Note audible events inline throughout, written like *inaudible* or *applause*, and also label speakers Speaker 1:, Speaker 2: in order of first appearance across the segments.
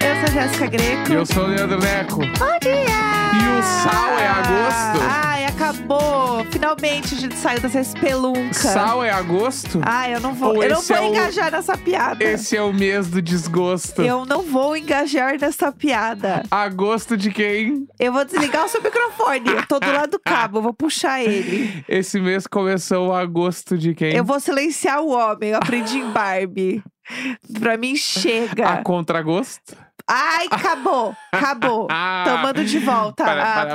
Speaker 1: é Jéssica Greco.
Speaker 2: E eu sou o Leandro Neco.
Speaker 1: Bom dia!
Speaker 2: E o sal é agosto?
Speaker 1: Ai, acabou. Finalmente a gente saiu dessa espelunca.
Speaker 2: Sal é agosto?
Speaker 1: Ai, Ah, eu não vou.
Speaker 2: Ou
Speaker 1: eu não
Speaker 2: esse
Speaker 1: vou
Speaker 2: é o-
Speaker 1: engajar nessa piada.
Speaker 2: Esse é o mês do desgosto.
Speaker 1: Eu não vou engajar nessa piada.
Speaker 2: Agosto de quem?
Speaker 1: Eu vou desligar o seu microfone. Eu tô do lado do cabo, eu vou puxar ele.
Speaker 2: Esse mês começou o agosto de quem?
Speaker 1: Eu vou silenciar o homem. Eu aprendi em Barbie. Pra mim, chega.
Speaker 2: A contragosto?
Speaker 1: Ai, acabou. Acabou.
Speaker 2: *laughs* Ah.
Speaker 1: Tomando de volta
Speaker 2: Para,
Speaker 1: a
Speaker 2: para, pa-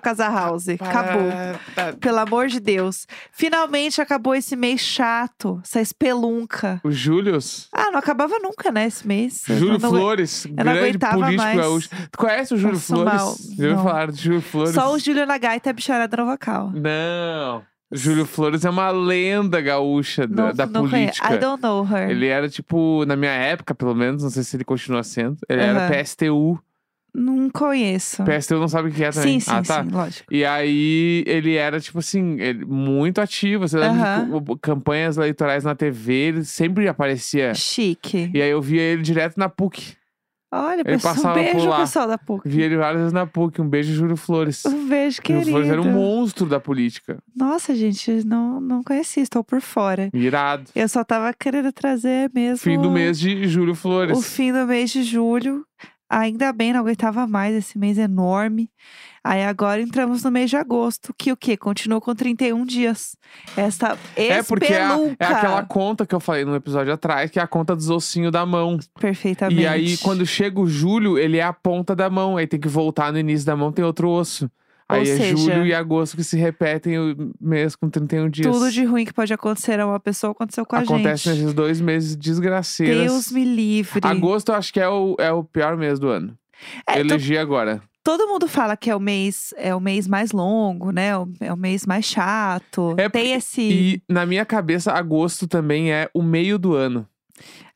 Speaker 2: pa-
Speaker 1: Casahouse. Acabou. Pelo amor de Deus. Finalmente acabou esse mês chato, essa espelunca.
Speaker 2: O Július?
Speaker 1: Ah, não acabava nunca, né, esse mês. Eu
Speaker 2: Júlio
Speaker 1: não-
Speaker 2: Flores,
Speaker 1: não
Speaker 2: grande
Speaker 1: aguentava
Speaker 2: político
Speaker 1: mais.
Speaker 2: gaúcho. Tu conhece o Júlio
Speaker 1: Passo
Speaker 2: Flores?
Speaker 1: mal.
Speaker 2: Já ouviu
Speaker 1: Não.
Speaker 2: falar de Júlio Flores?
Speaker 1: Só o Júlio Nagaita é bicharada no vocal.
Speaker 2: Não. Júlio Flores é uma lenda gaúcha da,
Speaker 1: não,
Speaker 2: da
Speaker 1: não conheço.
Speaker 2: política.
Speaker 1: I don't know her.
Speaker 2: Ele era tipo, na minha época, pelo menos, não sei se ele continua sendo. Ele
Speaker 1: Aham.
Speaker 2: era PSTU.
Speaker 1: Não conheço.
Speaker 2: PSTU não sabe o que é também.
Speaker 1: Sim, sim,
Speaker 2: ah, tá.
Speaker 1: sim, lógico.
Speaker 2: E aí ele era, tipo assim, ele- muito ativo. Você lembra de
Speaker 1: Aham.
Speaker 2: co- campanhas eleitorais na TV, ele sempre aparecia.
Speaker 1: Chique.
Speaker 2: E aí eu via ele direto na PUC.
Speaker 1: Olha,
Speaker 2: Ele
Speaker 1: pessoal, um
Speaker 2: passava por
Speaker 1: beijo,
Speaker 2: lá.
Speaker 1: pessoal da PUC.
Speaker 2: Via ele várias vezes na PUC. Um beijo, Júlio Flores.
Speaker 1: Um beijo,
Speaker 2: Júlio
Speaker 1: querido.
Speaker 2: Flores era um monstro da política.
Speaker 1: Nossa, gente, não, não conheci, estou por fora.
Speaker 2: Irado.
Speaker 1: Eu só tava querendo trazer mesmo.
Speaker 2: Fim do mês de Júlio
Speaker 1: O
Speaker 2: Flores.
Speaker 1: fim do mês de julho. Ainda bem, não aguentava mais esse mês enorme. Aí agora entramos no mês de agosto, que o quê? Continua com 31 dias. Essa
Speaker 2: É porque é, a-
Speaker 1: espelunca.
Speaker 2: é aquela conta que eu falei no episódio atrás, que é a conta dos ossinhos da mão.
Speaker 1: Perfeitamente.
Speaker 2: E aí, quando chega o julho, ele é a ponta da mão. Aí tem que voltar no início da mão, tem outro osso. Aí
Speaker 1: Ou
Speaker 2: é
Speaker 1: seja-
Speaker 2: julho e agosto que se repetem o mês com 31 dias.
Speaker 1: Tudo de ruim que pode acontecer a uma pessoa aconteceu com a
Speaker 2: Acontece
Speaker 1: gente.
Speaker 2: nesses dois meses desgraceiros.
Speaker 1: Deus me livre.
Speaker 2: Agosto eu acho que é o, é o pior mês do ano.
Speaker 1: É, to-
Speaker 2: Elegi agora.
Speaker 1: todo mundo fala que é o mês, é o mês mais longo, né? O- É o mês mais chato.
Speaker 2: É porque-
Speaker 1: tem esse
Speaker 2: E na minha cabeça, agosto também é o meio do ano.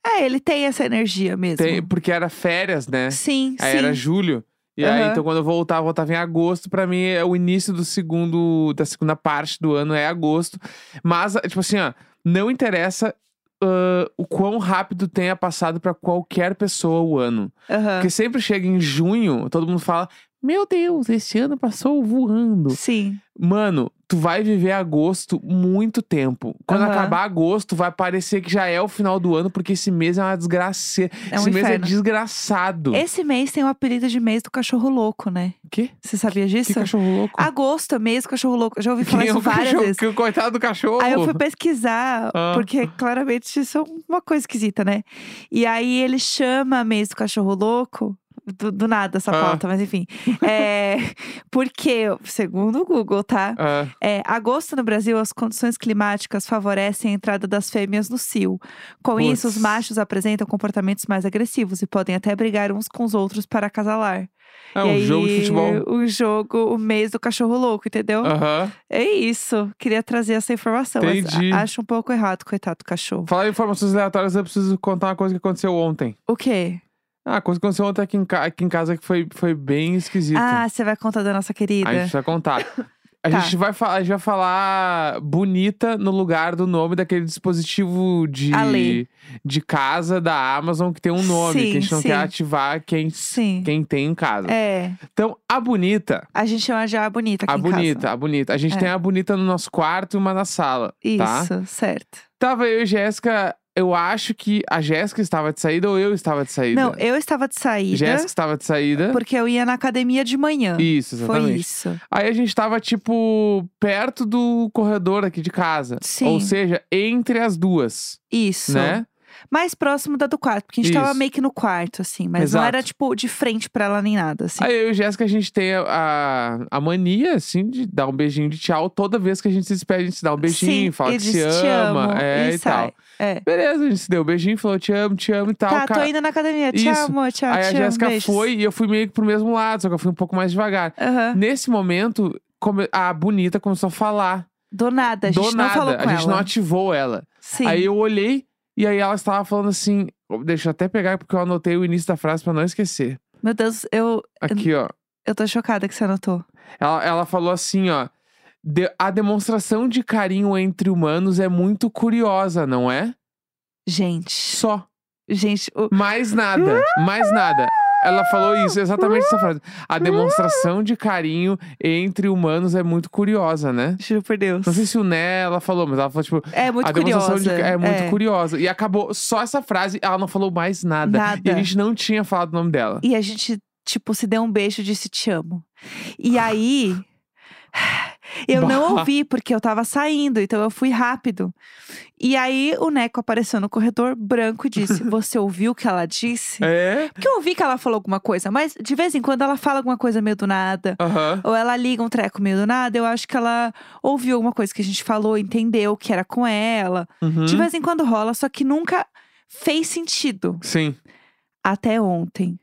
Speaker 1: É, ele tem essa energia mesmo.
Speaker 2: Tem- porque era férias, né?
Speaker 1: Sim,
Speaker 2: Aí
Speaker 1: sim.
Speaker 2: era julho. E aí,
Speaker 1: Aham.
Speaker 2: então, quando eu voltar, eu voltava em agosto. Pra mim, é o início do segundo, da segunda parte do ano é agosto. Mas, tipo assim, ó, não interessa ah, o quão rápido tenha passado pra qualquer pessoa o ano.
Speaker 1: Aham.
Speaker 2: Porque sempre chega em junho, todo mundo fala: Meu Deus, esse ano passou voando.
Speaker 1: Sim.
Speaker 2: Mano, tu vai viver agosto muito tempo. Quando
Speaker 1: Aham.
Speaker 2: acabar agosto, vai parecer que já é o final do ano, porque esse mês é uma desgraceira.
Speaker 1: É um
Speaker 2: esse mês é
Speaker 1: inferno. É
Speaker 2: desgraçado.
Speaker 1: Esse mês tem o apelido de mês do cachorro louco, né?
Speaker 2: O quê?
Speaker 1: Você sabia
Speaker 2: Que
Speaker 1: disso?
Speaker 2: cachorro louco. *laughs*
Speaker 1: Agosto é mês do cachorro louco. Eu já ouvi falar
Speaker 2: Quem é
Speaker 1: isso
Speaker 2: o
Speaker 1: várias
Speaker 2: cachorro?
Speaker 1: vezes.
Speaker 2: Que o coitado do cachorro.
Speaker 1: Aí eu fui pesquisar,
Speaker 2: Ah.
Speaker 1: porque claramente isso é uma coisa esquisita, né? E aí ele chama mês do cachorro louco. Do, do nada essa
Speaker 2: Ah.
Speaker 1: pauta, mas enfim.
Speaker 2: *laughs*
Speaker 1: É, porque, segundo o Google, tá?
Speaker 2: Ah,
Speaker 1: É, agosto no Brasil, as condições climáticas favorecem a entrada das fêmeas no cio. Com
Speaker 2: Puts.
Speaker 1: isso, os machos apresentam comportamentos mais agressivos e podem até brigar uns com os outros para acasalar.
Speaker 2: é
Speaker 1: E
Speaker 2: um
Speaker 1: aí,
Speaker 2: jogo de futebol.
Speaker 1: O jogo, o mês do cachorro louco, entendeu?
Speaker 2: Aham.
Speaker 1: É isso. Queria trazer essa informação.
Speaker 2: Entendi.
Speaker 1: Mas a- acho um pouco errado, coitado do cachorro.
Speaker 2: Falar em informações aleatórias, eu preciso contar uma coisa que aconteceu ontem.
Speaker 1: O quê?
Speaker 2: Ah, a coisa que aconteceu ontem aqui em, ca- aqui em casa que foi, foi bem esquisita.
Speaker 1: Ah, você vai contar da nossa querida.
Speaker 2: A gente precisa contar. A,
Speaker 1: *laughs* Tá.
Speaker 2: gente vai falar, a gente vai falar bonita no lugar do nome daquele dispositivo de,
Speaker 1: Ale.
Speaker 2: de casa da Amazon que tem um nome, que a gente
Speaker 1: Sim,
Speaker 2: não
Speaker 1: sim.
Speaker 2: quer ativar quem,
Speaker 1: Sim.
Speaker 2: quem tem em casa.
Speaker 1: É.
Speaker 2: Então, a bonita.
Speaker 1: A gente chama de a bonita aqui
Speaker 2: A
Speaker 1: em
Speaker 2: bonita, tá?
Speaker 1: casa.
Speaker 2: a bonita. A gente
Speaker 1: É.
Speaker 2: tem a bonita no nosso quarto e uma na sala. Tá?
Speaker 1: Isso, certo.
Speaker 2: Tava eu e Jéssica. Eu acho que a Jéssica estava de saída ou eu estava de saída?
Speaker 1: Não, eu estava de saída.
Speaker 2: Jéssica estava de saída.
Speaker 1: Porque eu ia na academia de manhã.
Speaker 2: Isso,
Speaker 1: Foi
Speaker 2: exatamente.
Speaker 1: isso.
Speaker 2: Aí a gente tava, tipo, perto do corredor aqui de casa.
Speaker 1: Sim.
Speaker 2: Ou seja, entre as duas,
Speaker 1: Isso.
Speaker 2: né?
Speaker 1: Mais próximo da do quarto, porque a gente tava
Speaker 2: Isso.
Speaker 1: meio que no quarto, assim. Mas não
Speaker 2: Exato.
Speaker 1: era, tipo, de frente pra ela nem nada, assim.
Speaker 2: Aí eu e Jéssica, a gente tem a, a, a mania, assim, de dar um beijinho de tchau. Toda vez que a gente se despede, a gente dá um beijinho,
Speaker 1: Sim,
Speaker 2: fala
Speaker 1: e
Speaker 2: que
Speaker 1: diz,
Speaker 2: se
Speaker 1: te
Speaker 2: ama,
Speaker 1: amo,
Speaker 2: é,
Speaker 1: e
Speaker 2: e tal.
Speaker 1: sai. É.
Speaker 2: Beleza, a gente se deu um beijinho, falou te amo, te amo e tal.
Speaker 1: Tá,
Speaker 2: cara.
Speaker 1: tô indo na academia. Tchau,
Speaker 2: Isso.
Speaker 1: amor. Tchau,
Speaker 2: Aí
Speaker 1: te
Speaker 2: a
Speaker 1: amo,
Speaker 2: Jéssica
Speaker 1: beijos. Ah.
Speaker 2: foi e eu fui meio que pro mesmo lado, só que eu fui um pouco mais devagar.
Speaker 1: Aham.
Speaker 2: Nesse momento, come- a bonita começou a falar.
Speaker 1: Do nada, a gente
Speaker 2: do
Speaker 1: não
Speaker 2: nada,
Speaker 1: falou com
Speaker 2: a gente
Speaker 1: ela.
Speaker 2: não ativou ela.
Speaker 1: Sim.
Speaker 2: Aí eu olhei e aí ela estava falando assim. Deixa eu até pegar porque eu anotei o início da frase pra não esquecer.
Speaker 1: Meu Deus, eu,
Speaker 2: Aqui, ó.
Speaker 1: eu tô chocada que você anotou.
Speaker 2: Ela, ela falou assim, ó. "De- a demonstração de carinho entre humanos é muito curiosa, não é?
Speaker 1: Gente,
Speaker 2: Só.
Speaker 1: gente, o-
Speaker 2: Mais nada. Mais nada. Ela falou isso, exatamente essa frase. A demonstração de carinho entre humanos é muito curiosa, né?
Speaker 1: Juro por Deus.
Speaker 2: Não sei se o Né ela falou, mas ela falou, tipo,
Speaker 1: É muito
Speaker 2: a demonstração
Speaker 1: curiosa.
Speaker 2: de é muito curiosa. E acabou só essa frase, ela não falou mais nada.
Speaker 1: Nada.
Speaker 2: E a gente não tinha falado o nome dela.
Speaker 1: E a gente, tipo, se deu um beijo e disse te amo. E aí. Eu não
Speaker 2: Bah.
Speaker 1: ouvi, porque eu tava saindo, então eu fui rápido. E aí o Neco apareceu no corredor branco
Speaker 2: *laughs*
Speaker 1: e disse: Você ouviu o que ela disse?
Speaker 2: É?
Speaker 1: Porque eu ouvi que ela falou alguma coisa, mas de vez em quando ela fala alguma coisa meio do nada.
Speaker 2: Aham.
Speaker 1: Ou ela liga um treco meio do nada, eu acho que ela ouviu alguma coisa que a gente falou, entendeu que era com ela.
Speaker 2: Uhum.
Speaker 1: De vez em quando rola, só que nunca fez sentido
Speaker 2: Sim.
Speaker 1: até ontem.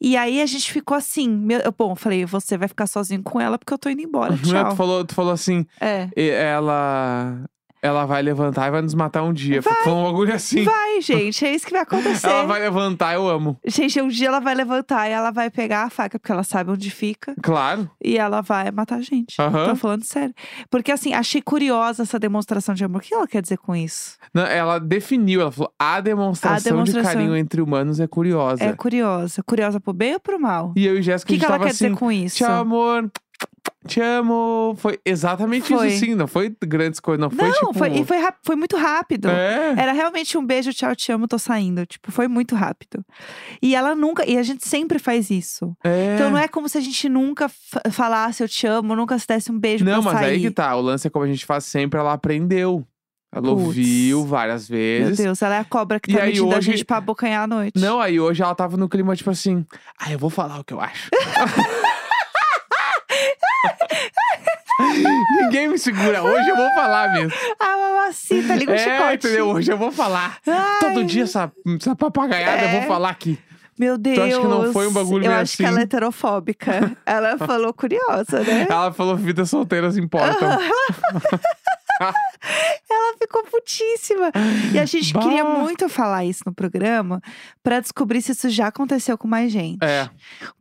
Speaker 1: E aí a gente ficou assim, meu, eu- bom, eu falei, você vai ficar sozinho com ela porque eu tô indo
Speaker 2: *laughs*
Speaker 1: embora,
Speaker 2: Tu,
Speaker 1: tchau.
Speaker 2: falou, tu falou assim,
Speaker 1: É.
Speaker 2: e- ela. Ela vai levantar e vai nos matar um dia.
Speaker 1: Vai.
Speaker 2: Foi um bagulho assim.
Speaker 1: Vai, gente, é isso que vai acontecer.
Speaker 2: Ela vai levantar, eu amo.
Speaker 1: Gente, um dia ela vai levantar e ela vai pegar a faca, porque ela sabe onde fica,
Speaker 2: Claro.
Speaker 1: e ela vai matar a gente.
Speaker 2: Aham.
Speaker 1: Tô falando sério. Porque assim, achei curiosa essa demonstração de amor. O que ela quer dizer com isso?
Speaker 2: Não, ela definiu, ela falou: a demonstração,
Speaker 1: demonstração-
Speaker 2: de carinho entre humanos é curiosa.
Speaker 1: É curiosa. Curiosa pro bem ou pro mal?
Speaker 2: E eu e
Speaker 1: O
Speaker 2: Jéssica, a
Speaker 1: que,
Speaker 2: gente
Speaker 1: que ela
Speaker 2: tava
Speaker 1: quer
Speaker 2: assim.
Speaker 1: dizer com isso?
Speaker 2: Tchau, amor. Te amo. Foi exatamente
Speaker 1: Foi.
Speaker 2: isso, sim. Não foi grandes coisas, não. Foi
Speaker 1: Não,
Speaker 2: tipo.
Speaker 1: foi, e foi, rap- foi muito rápido.
Speaker 2: É.
Speaker 1: Era realmente um beijo, tchau, te amo, tô saindo. Tipo, foi muito rápido. E ela nunca. E a gente sempre faz isso.
Speaker 2: é.
Speaker 1: Então não é como se a gente nunca fa- falasse eu te amo, nunca se desse um beijo
Speaker 2: Não,
Speaker 1: pra
Speaker 2: mas
Speaker 1: sair.
Speaker 2: aí que tá. O lance é como a gente faz sempre, ela aprendeu. Ela
Speaker 1: Putz.
Speaker 2: ouviu várias
Speaker 1: Meu
Speaker 2: vezes.
Speaker 1: Deus, ela é a cobra que
Speaker 2: E
Speaker 1: tá
Speaker 2: aí
Speaker 1: medindo a
Speaker 2: hoje-
Speaker 1: gente pra abocanhar à noite.
Speaker 2: Não, aí hoje ela tava no clima, tipo assim, ah, eu vou falar o que eu
Speaker 1: *laughs*
Speaker 2: acho. *laughs* Ninguém me segura, hoje eu vou falar mesmo.
Speaker 1: Ah, A mamacita, liga
Speaker 2: *laughs*
Speaker 1: o
Speaker 2: é,
Speaker 1: chicote.
Speaker 2: entendeu? Hoje eu vou falar.
Speaker 1: Ai,
Speaker 2: Todo dia essa, essa papagaiada eu
Speaker 1: É.
Speaker 2: vou falar aqui.
Speaker 1: Meu Deus.
Speaker 2: acha que não foi um bagulho
Speaker 1: Eu
Speaker 2: meio
Speaker 1: acho que ela é
Speaker 2: assim?
Speaker 1: heterofóbica. ela falou curiosa, né?
Speaker 2: Ela falou, vidas solteiras importam.
Speaker 1: Ela ficou putíssima. E a gente
Speaker 2: Bah.
Speaker 1: queria muito falar isso no programa pra descobrir se isso já aconteceu com mais gente.
Speaker 2: É.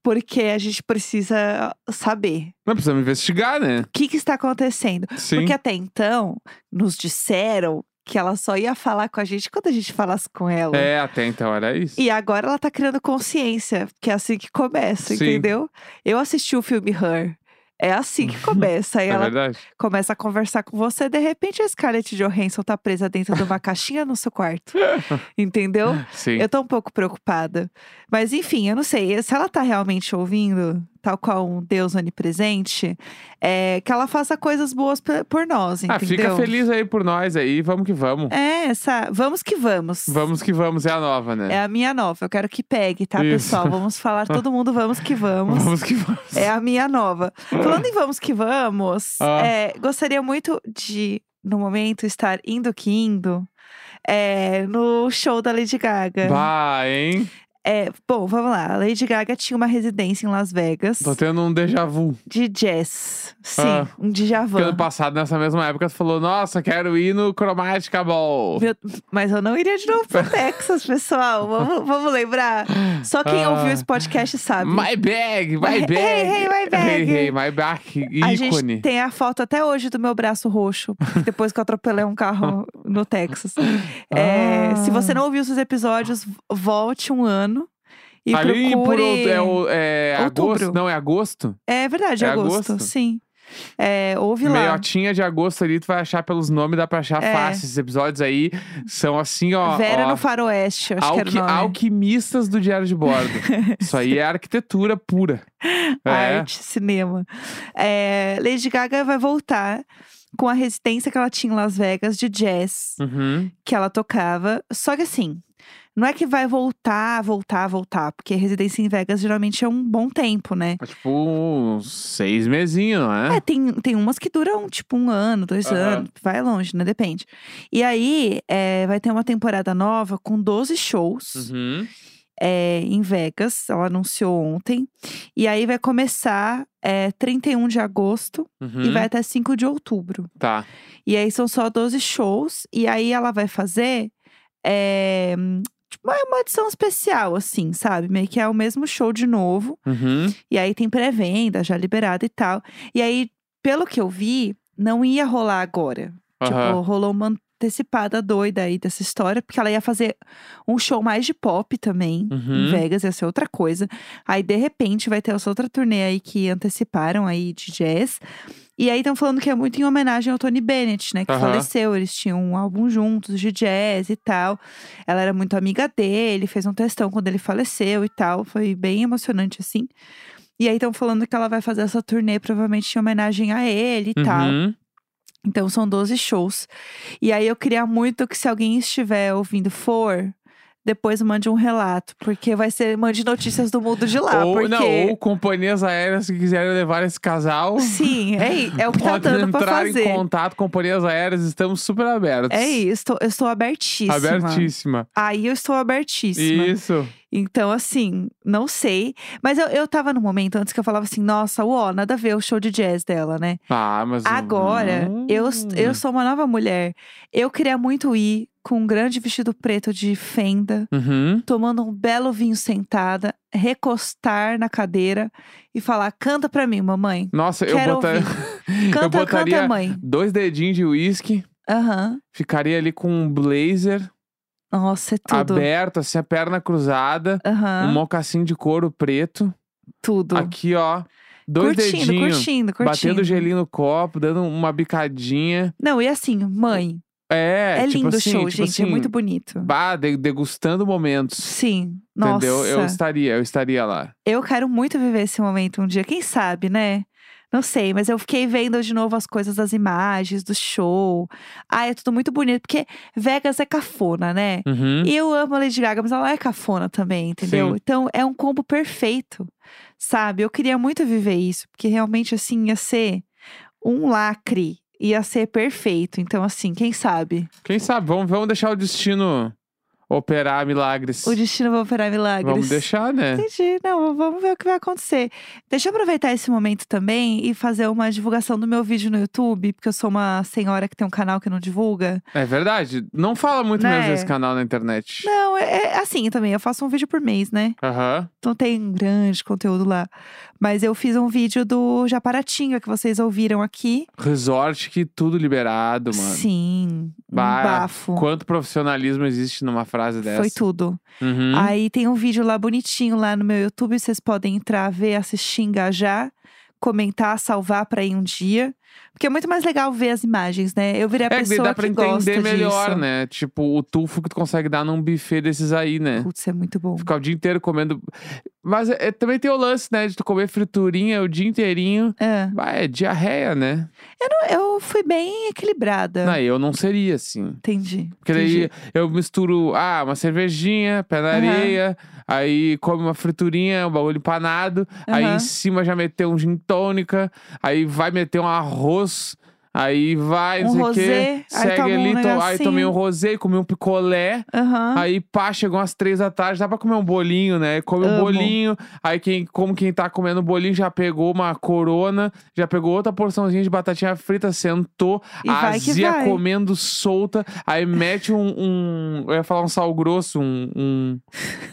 Speaker 1: Porque a gente precisa saber
Speaker 2: Mas precisamos investigar, né?
Speaker 1: o que, que está acontecendo.
Speaker 2: Sim.
Speaker 1: Porque até então, nos disseram que ela só ia falar com a gente quando a gente falasse com ela.
Speaker 2: É, até então era isso.
Speaker 1: E agora ela tá criando consciência, que é assim que começa,
Speaker 2: Sim.
Speaker 1: entendeu? Eu assisti o filme Her. É assim que começa. Aí
Speaker 2: É
Speaker 1: ela
Speaker 2: verdade?
Speaker 1: começa a conversar com você, de repente a Scarlett Johansson tá presa dentro
Speaker 2: *laughs*
Speaker 1: de uma caixinha no seu quarto. Entendeu?
Speaker 2: Sim.
Speaker 1: Eu tô um pouco preocupada. Mas enfim, eu não sei. Se ela tá realmente ouvindo, tal qual um Deus onipresente, é, que ela faça coisas boas pe- por nós, entendeu?
Speaker 2: Ah, fica feliz aí por nós aí, vamos que vamos.
Speaker 1: É, essa. Vamos que vamos.
Speaker 2: Vamos que vamos, é a nova, né?
Speaker 1: É a minha nova. Eu quero que pegue, tá,
Speaker 2: Isso.
Speaker 1: pessoal? Vamos falar todo mundo, vamos que vamos.
Speaker 2: Vamos que vamos.
Speaker 1: É a minha nova. Falando em vamos que vamos,
Speaker 2: Ah.
Speaker 1: é, gostaria muito de, no momento, estar indo que indo é, no show da Lady Gaga.
Speaker 2: Bah, hein?
Speaker 1: É, bom, vamos lá. A Lady Gaga tinha uma residência em Las Vegas
Speaker 2: Tô tendo um déjà vu.
Speaker 1: de jazz. Sim,
Speaker 2: Ah.
Speaker 1: um
Speaker 2: Porque
Speaker 1: Djavan.
Speaker 2: ano passado, nessa mesma época, tu falou, nossa, quero ir no Chromatica Ball.
Speaker 1: Meu- mas eu não iria de
Speaker 2: *laughs*
Speaker 1: novo pro Texas, pessoal. Vamos, vamos lembrar. Só quem
Speaker 2: Ah.
Speaker 1: ouviu esse podcast sabe.
Speaker 2: My bag,
Speaker 1: Hey,
Speaker 2: my bag.
Speaker 1: hey, my bag.
Speaker 2: Hey, hey, my bag.
Speaker 1: A
Speaker 2: Ícone.
Speaker 1: gente tem a foto até hoje do meu
Speaker 2: *laughs*
Speaker 1: braço roxo, depois que eu atropelei um carro no Texas. É,
Speaker 2: Ah.
Speaker 1: se você não ouviu esses episódios, volte um ano e
Speaker 2: Ali por
Speaker 1: procure.
Speaker 2: out- é, o- é
Speaker 1: Outubro.
Speaker 2: agosto? Não, é agosto?
Speaker 1: É verdade,
Speaker 2: É
Speaker 1: agosto,
Speaker 2: agosto?
Speaker 1: sim. É, ouve lá.
Speaker 2: Meiotinha de agosto ali, tu vai achar pelos nomes, dá pra achar
Speaker 1: É.
Speaker 2: fácil. Esses episódios aí são assim, ó.
Speaker 1: Vera
Speaker 2: ó,
Speaker 1: no Faroeste, acho que era o
Speaker 2: alqui-
Speaker 1: nome.
Speaker 2: Alquimistas do Diário de
Speaker 1: *laughs*
Speaker 2: Bordo. Isso aí é arquitetura pura. É.
Speaker 1: Arte, cinema. É, Lady Gaga vai voltar com a residência que ela tinha em Las Vegas de jazz.
Speaker 2: Uhum.
Speaker 1: que ela tocava. Só que assim, não é que vai voltar, voltar, voltar, porque residência em Vegas geralmente é um bom tempo, né?
Speaker 2: É Tipo, uns seis mesinhos, não é?
Speaker 1: É, tem, tem umas que duram tipo um ano, dois
Speaker 2: Aham.
Speaker 1: anos, vai longe, né? Depende. E aí, é, vai ter uma temporada nova com 12 shows
Speaker 2: Uhum.
Speaker 1: é, em Vegas, ela anunciou ontem. E aí vai começar é, 31 de agosto
Speaker 2: Uhum.
Speaker 1: e vai até 5 de outubro.
Speaker 2: Tá.
Speaker 1: E aí são só 12 shows. E aí ela vai fazer. é, hum, tipo, uma- uma edição especial, assim, sabe? Meio que é o mesmo show de novo.
Speaker 2: Uhum.
Speaker 1: E aí tem pré-venda já liberada e tal. E aí, pelo que eu vi, não ia rolar agora.
Speaker 2: Aham.
Speaker 1: Tipo, rolou uma antecipada doida aí dessa história, porque ela ia fazer um show mais de pop também
Speaker 2: Uhum.
Speaker 1: em Vegas, ia ser outra coisa. Aí, de repente, vai ter essa outra turnê aí que anteciparam aí de jazz. E aí estão falando que é muito em homenagem ao Tony Bennett, né? Que
Speaker 2: Aham.
Speaker 1: faleceu. Eles tinham um álbum juntos de jazz e tal. Ela era muito amiga dele, fez um textão quando ele faleceu e tal. Foi bem emocionante, assim. E aí estão falando que ela vai fazer essa turnê, provavelmente em homenagem a ele e tal.
Speaker 2: Uhum.
Speaker 1: Então são 12 shows. E aí eu queria muito que se alguém estiver ouvindo for, depois mande um relato, porque vai ser mande notícias do mundo de lá,
Speaker 2: ou,
Speaker 1: porque
Speaker 2: não, ou companhias aéreas que quiserem levar esse
Speaker 1: *laughs*
Speaker 2: casal.
Speaker 1: sim, é, i- é o que tá
Speaker 2: Podem
Speaker 1: dando pra
Speaker 2: entrar em
Speaker 1: fazer.
Speaker 2: contato, companhias aéreas, estamos super abertos.
Speaker 1: É isso, estou- eu estou abertíssima.
Speaker 2: Abertíssima.
Speaker 1: Aí eu estou abertíssima.
Speaker 2: Isso.
Speaker 1: Então, assim, não sei. Mas eu, eu tava no momento antes que eu falava assim, nossa, uó, nada a ver o show de jazz dela, né?
Speaker 2: Ah, mas.
Speaker 1: Agora, eu,
Speaker 2: hum.
Speaker 1: eu sou uma nova mulher. Eu queria muito ir com um grande vestido preto de fenda.
Speaker 2: Uhum.
Speaker 1: tomando um belo vinho sentada, recostar na cadeira e falar: canta pra mim, mamãe.
Speaker 2: Nossa, eu
Speaker 1: Quero
Speaker 2: botaria. *laughs* eu
Speaker 1: Canta,
Speaker 2: botaria
Speaker 1: canta, mãe.
Speaker 2: dois dedinhos de uísque,
Speaker 1: Aham.
Speaker 2: ficaria ali com um blazer
Speaker 1: Nossa, é tudo.
Speaker 2: aberto, assim, a perna cruzada,
Speaker 1: Aham.
Speaker 2: um mocassim de couro preto.
Speaker 1: Tudo.
Speaker 2: Aqui, ó. Dois
Speaker 1: curtindo,
Speaker 2: dedinhos.
Speaker 1: curtindo, curtindo.
Speaker 2: Batendo gelinho no copo, dando uma bicadinha.
Speaker 1: Não, e assim, mãe,
Speaker 2: É,
Speaker 1: é,
Speaker 2: tipo
Speaker 1: lindo o
Speaker 2: assim,
Speaker 1: show,
Speaker 2: tipo
Speaker 1: gente.
Speaker 2: assim,
Speaker 1: é muito bonito.
Speaker 2: Bah, de- degustando momentos.
Speaker 1: Sim. Nossa.
Speaker 2: Entendeu? Eu estaria, eu estaria lá.
Speaker 1: Eu quero muito viver esse momento um dia, quem sabe, né? Não sei, mas eu fiquei vendo de novo as coisas das imagens, do show. Ah, é tudo muito bonito, porque Vegas é cafona, né?
Speaker 2: Uhum.
Speaker 1: E eu amo a Lady Gaga, mas ela é cafona também, entendeu?
Speaker 2: Sim.
Speaker 1: Então é um combo perfeito, sabe? Eu queria muito viver isso, porque realmente assim ia ser um lacre, ia ser perfeito. Então assim, quem sabe?
Speaker 2: Quem sabe? Vamos, vamos deixar o destino operar milagres.
Speaker 1: O destino vai operar milagres.
Speaker 2: Vamos deixar, né?
Speaker 1: Entendi, não, vamos ver o que vai acontecer. Deixa eu aproveitar esse momento também e fazer uma divulgação do meu vídeo no YouTube, porque eu sou uma senhora que tem um canal que não divulga.
Speaker 2: É verdade. Não fala muito
Speaker 1: Né?
Speaker 2: mesmo esse canal na internet.
Speaker 1: Não, é- é assim também, eu faço um vídeo por mês, né?
Speaker 2: Aham.
Speaker 1: Não tem grande conteúdo lá. Mas eu fiz um vídeo do Japaratinga, que vocês ouviram aqui.
Speaker 2: Resort que tudo liberado, mano.
Speaker 1: Sim, um
Speaker 2: Bah,
Speaker 1: bafo.
Speaker 2: Quanto profissionalismo existe numa frase dessa?
Speaker 1: Foi tudo.
Speaker 2: Uhum.
Speaker 1: Aí tem um vídeo lá bonitinho lá no meu YouTube. Vocês podem entrar, ver, assistir, engajar, comentar, salvar pra ir um dia. Porque é muito mais legal ver as imagens, né? Eu virei a
Speaker 2: É que daí
Speaker 1: pessoa
Speaker 2: dá pra
Speaker 1: que gosta
Speaker 2: entender melhor,
Speaker 1: disso.
Speaker 2: né? Tipo, o tufo que tu consegue dar num buffet desses aí, né?
Speaker 1: Putz, é muito bom.
Speaker 2: Ficar o dia inteiro comendo. Mas é- é- também tem o lance, né? De tu comer friturinha o dia inteirinho.
Speaker 1: É.
Speaker 2: Bah, é diarreia, né?
Speaker 1: Eu fui bem equilibrada.
Speaker 2: Não, eu não seria assim.
Speaker 1: Entendi.
Speaker 2: Porque
Speaker 1: entendi.
Speaker 2: daí eu misturo, ah, uma cervejinha, pé na
Speaker 1: Aham.
Speaker 2: areia, aí come uma friturinha, um bagulho empanado, aí
Speaker 1: Aham.
Speaker 2: em cima já meteu um gin tônica, aí vai meter um arroz, aí vai, não
Speaker 1: Um
Speaker 2: sei o
Speaker 1: rosé,
Speaker 2: quê.
Speaker 1: aí
Speaker 2: Segue
Speaker 1: toma um
Speaker 2: ali, to- aí tomei
Speaker 1: negocinho.
Speaker 2: um rosé, comi um picolé.
Speaker 1: Aham.
Speaker 2: Aí, pá, chegou umas três da tarde, dá pra comer um bolinho, né? Come um
Speaker 1: Amo.
Speaker 2: bolinho, aí quem, como quem tá comendo bolinho já pegou uma corona, já pegou outra porçãozinha de batatinha frita, sentou,
Speaker 1: E
Speaker 2: a
Speaker 1: vai que
Speaker 2: azia
Speaker 1: vai.
Speaker 2: comendo solta, aí mete um, um- eu ia falar um sal grosso, um, um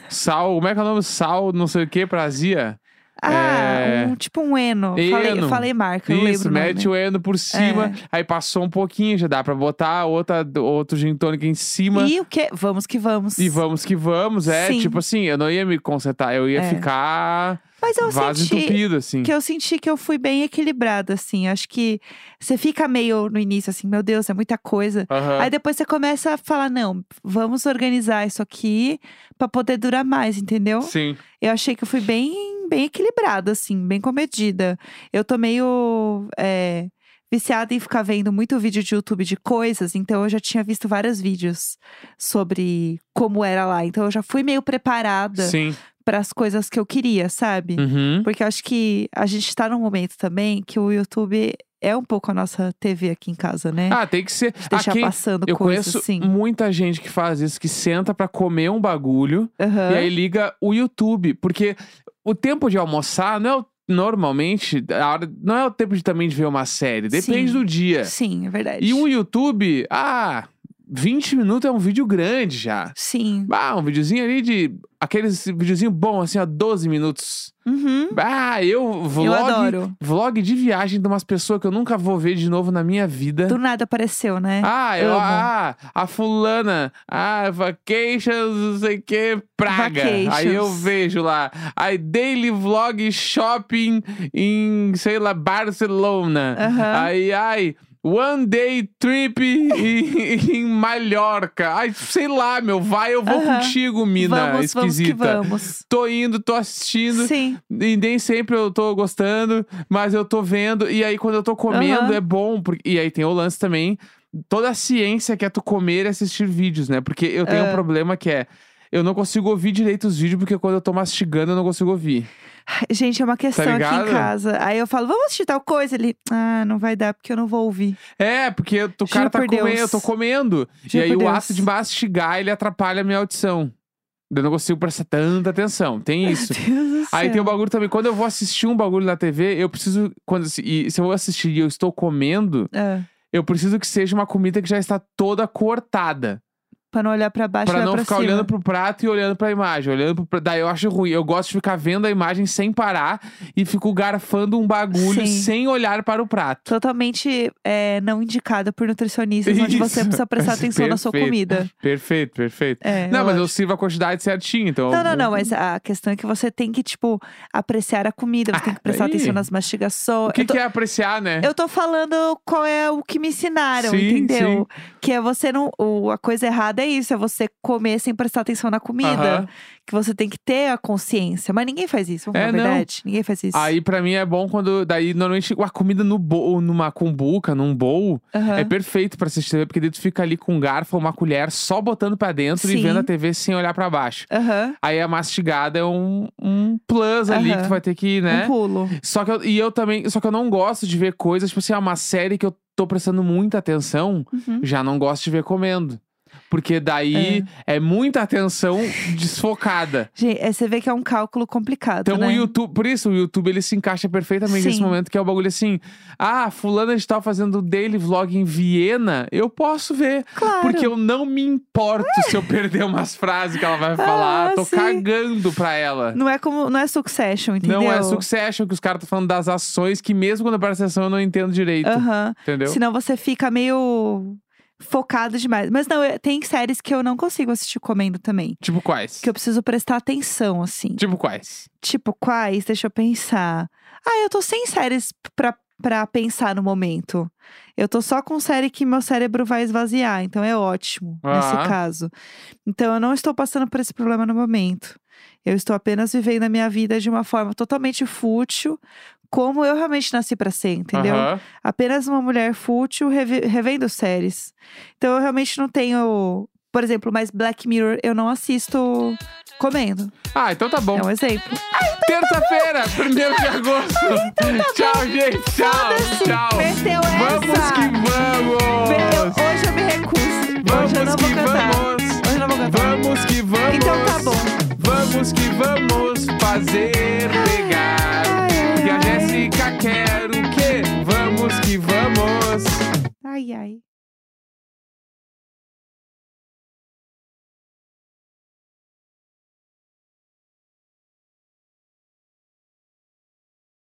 Speaker 2: sal, como é que é o nome? Sal, não sei o que, pra azia.
Speaker 1: Ah,
Speaker 2: É.
Speaker 1: um, tipo um Eno. Falei,
Speaker 2: Eno.
Speaker 1: falei marca, eu lembro.
Speaker 2: Isso,
Speaker 1: o nome. É.
Speaker 2: mete o endo por cima, aí passou um pouquinho, já dá pra botar outra, outro gin tônica em cima.
Speaker 1: E o quê? Vamos que vamos.
Speaker 2: E vamos que vamos, é.
Speaker 1: Sim.
Speaker 2: Tipo assim, eu não ia me concentrar, eu ia
Speaker 1: É.
Speaker 2: ficar
Speaker 1: Mas eu
Speaker 2: vaso
Speaker 1: senti
Speaker 2: entupido, assim.
Speaker 1: que eu senti que eu fui bem equilibrada, assim. Acho que você fica meio no início, assim, meu Deus, é muita coisa.
Speaker 2: Aham.
Speaker 1: Aí depois você começa a falar, não, vamos organizar isso aqui pra poder durar mais, entendeu?
Speaker 2: Sim.
Speaker 1: Eu achei que eu fui bem, bem equilibrada, assim, bem comedida. Eu tô meio é, viciada em ficar vendo muito vídeo de YouTube de coisas, então eu já tinha visto vários vídeos sobre como era lá. Então eu já fui meio preparada
Speaker 2: Sim.
Speaker 1: para as coisas que eu queria, sabe?
Speaker 2: Uhum.
Speaker 1: Porque eu acho que a gente tá num momento também que o YouTube é um pouco a nossa TV aqui em casa, né?
Speaker 2: Ah, tem que ser.
Speaker 1: De Deixar
Speaker 2: Aqui,
Speaker 1: passando
Speaker 2: eu
Speaker 1: coisas
Speaker 2: conheço um
Speaker 1: assim.
Speaker 2: muita gente que faz isso, que senta pra comer um bagulho
Speaker 1: Aham.
Speaker 2: e aí liga o YouTube. Porque o tempo de almoçar não é o- Normalmente, a hora, não é o tempo de também de ver uma série. Depende
Speaker 1: Sim.
Speaker 2: do dia.
Speaker 1: Sim, é verdade.
Speaker 2: E um YouTube, ah, 20 minutos é um vídeo grande já.
Speaker 1: Sim.
Speaker 2: Bah, um videozinho ali de. Aqueles videozinho bom, assim, ó, 12 minutos.
Speaker 1: Uhum.
Speaker 2: Ah, eu vlog.
Speaker 1: Eu adoro.
Speaker 2: Vlog de viagem de umas pessoas que eu nunca vou ver de novo na minha vida.
Speaker 1: Do nada apareceu, né?
Speaker 2: Ah, eu,
Speaker 1: Amo.
Speaker 2: ah, a fulana, ah, vacations, não sei o que, praga.
Speaker 1: Vacations.
Speaker 2: Aí eu vejo lá, aí daily vlog shopping em, sei lá, Barcelona.
Speaker 1: Aham.
Speaker 2: Aí, ai, one day trip *laughs* em, em Mallorca. Ai, sei lá, meu, vai, eu vou
Speaker 1: Aham.
Speaker 2: contigo, mina
Speaker 1: vamos,
Speaker 2: esquisita.
Speaker 1: vamos
Speaker 2: Tô indo, tô assistindo.
Speaker 1: que vamos. Sim.
Speaker 2: E nem sempre eu tô gostando, mas eu tô vendo. E aí, quando eu tô comendo,
Speaker 1: Aham.
Speaker 2: é bom. Porque... E aí tem o lance também. Toda a ciência que é tu comer e assistir vídeos, né? Porque eu tenho um problema que é. Eu não consigo ouvir direito os vídeos, porque quando eu tô mastigando, eu não consigo ouvir.
Speaker 1: Gente, é uma questão aqui
Speaker 2: Tá ligado?
Speaker 1: em casa. Aí eu falo, vamos assistir tal coisa? Ele, ah, não vai dar porque eu não vou ouvir.
Speaker 2: É, porque eu- o
Speaker 1: Juro
Speaker 2: cara tá
Speaker 1: por
Speaker 2: comendo,
Speaker 1: Deus.
Speaker 2: eu tô comendo. e
Speaker 1: Juro
Speaker 2: aí
Speaker 1: por
Speaker 2: o
Speaker 1: Deus.
Speaker 2: ato de mastigar, ele atrapalha a minha audição. Eu não consigo prestar tanta atenção.
Speaker 1: *laughs*
Speaker 2: Tem isso.
Speaker 1: Meu Deus do
Speaker 2: Aí tem
Speaker 1: céu.
Speaker 2: o bagulho também. Quando eu vou assistir um bagulho na TV, eu preciso. Quando, se- e se eu vou assistir e eu estou comendo,
Speaker 1: É,
Speaker 2: Eu preciso que seja uma comida que já está toda cortada.
Speaker 1: pra não olhar pra baixo,
Speaker 2: Pra
Speaker 1: olhar
Speaker 2: não
Speaker 1: pra
Speaker 2: ficar
Speaker 1: cima.
Speaker 2: olhando pro prato e olhando pra imagem. Olhando pro... pra- Daí eu acho ruim. Eu gosto de ficar vendo a imagem sem parar e fico garfando um bagulho
Speaker 1: Sim.
Speaker 2: sem olhar para o prato.
Speaker 1: Totalmente é, não indicada por nutricionistas, onde você
Speaker 2: Isso.
Speaker 1: precisa prestar atenção na
Speaker 2: *laughs*
Speaker 1: sua
Speaker 2: Perfeito.
Speaker 1: comida.
Speaker 2: Perfeito, perfeito.
Speaker 1: É,
Speaker 2: não, mas eu
Speaker 1: lógico.
Speaker 2: sirvo a quantidade certinha, então.
Speaker 1: Não, não,
Speaker 2: eu-
Speaker 1: não, mas a questão é que você tem que, tipo, apreciar a comida, você
Speaker 2: Ah,
Speaker 1: tem que prestar
Speaker 2: aí.
Speaker 1: atenção nas mastigações.
Speaker 2: O que,
Speaker 1: eu, tô,
Speaker 2: que é apreciar, né?
Speaker 1: eu tô falando qual é o que me ensinaram,
Speaker 2: Sim,
Speaker 1: entendeu? Que é você não. o- a coisa errada é isso, é você comer sem prestar atenção na comida.
Speaker 2: Aham.
Speaker 1: Que você tem que ter a consciência. Mas ninguém faz isso, vamos
Speaker 2: É,
Speaker 1: falar a
Speaker 2: não.
Speaker 1: verdade. Ninguém faz isso.
Speaker 2: Aí pra mim é bom quando. Daí normalmente a comida no bowl, numa cumbuca, num bowl,
Speaker 1: Aham.
Speaker 2: É perfeito pra assistir TV, porque daí tu fica ali com um garfo ou uma colher só botando pra dentro e
Speaker 1: Sim.
Speaker 2: vendo a TV sem olhar pra baixo.
Speaker 1: Aham.
Speaker 2: Aí a mastigada é um, um plus ali
Speaker 1: Aham.
Speaker 2: que tu vai ter que, né?
Speaker 1: Um pulo.
Speaker 2: só que eu, e eu também, só que eu não gosto de ver coisas, tipo assim, ah, uma série que eu tô prestando muita atenção,
Speaker 1: Uhum.
Speaker 2: já não gosto de ver comendo. Porque daí é, muita atenção
Speaker 1: *laughs*
Speaker 2: desfocada.
Speaker 1: Gente, é, você vê que é um cálculo complicado,
Speaker 2: Então
Speaker 1: né?
Speaker 2: o YouTube, por isso o YouTube ele se encaixa perfeitamente nesse
Speaker 1: Sim.
Speaker 2: momento que é o bagulho assim, ah, fulana de tal fazendo daily vlog em Viena, eu posso ver.
Speaker 1: Claro.
Speaker 2: Porque eu não me importo se eu perder umas frases que ela
Speaker 1: *laughs*
Speaker 2: vai falar. Tô
Speaker 1: Ah, sim.
Speaker 2: cagando pra ela.
Speaker 1: Não é como. Não é succession, entendeu?
Speaker 2: Não é Succession que os caras estão falando das ações que mesmo quando aparece ação eu não entendo direito.
Speaker 1: Aham.
Speaker 2: Entendeu?
Speaker 1: Senão você fica meio focado demais. Mas não, eu- tem séries que eu não consigo assistir comendo também.
Speaker 2: Tipo quais?
Speaker 1: Que eu preciso prestar atenção, assim.
Speaker 2: Tipo quais?
Speaker 1: Tipo, quais? Deixa eu pensar. Ah, eu tô sem séries pra, pra pensar no momento. Eu tô só com série que meu cérebro vai esvaziar. Então é ótimo,
Speaker 2: Ah.
Speaker 1: nesse caso. Então eu não estou passando por esse problema no momento. Eu estou apenas vivendo a minha vida de uma forma totalmente fútil. Como eu realmente nasci pra ser, entendeu?
Speaker 2: Aham.
Speaker 1: apenas uma mulher fútil revi- revendo séries. Então eu realmente não tenho, por exemplo, mas Black Mirror eu não assisto comendo.
Speaker 2: Ah, então tá bom.
Speaker 1: É um exemplo.
Speaker 2: Terça-feira, 1 de agosto. *laughs* tchau, gente. Tchau,
Speaker 1: Então tá Foda-se,
Speaker 2: tchau.
Speaker 1: meteu
Speaker 2: Vamos
Speaker 1: essa.
Speaker 2: que
Speaker 1: Meu,
Speaker 2: vamos.
Speaker 1: hoje eu me recuso.
Speaker 2: Vamos
Speaker 1: hoje eu não vou
Speaker 2: que
Speaker 1: cantar.
Speaker 2: vamos.
Speaker 1: Hoje eu não vou cantar.
Speaker 2: Vamos que vamos.
Speaker 1: Então tá bom.
Speaker 2: Vamos que vamos fazer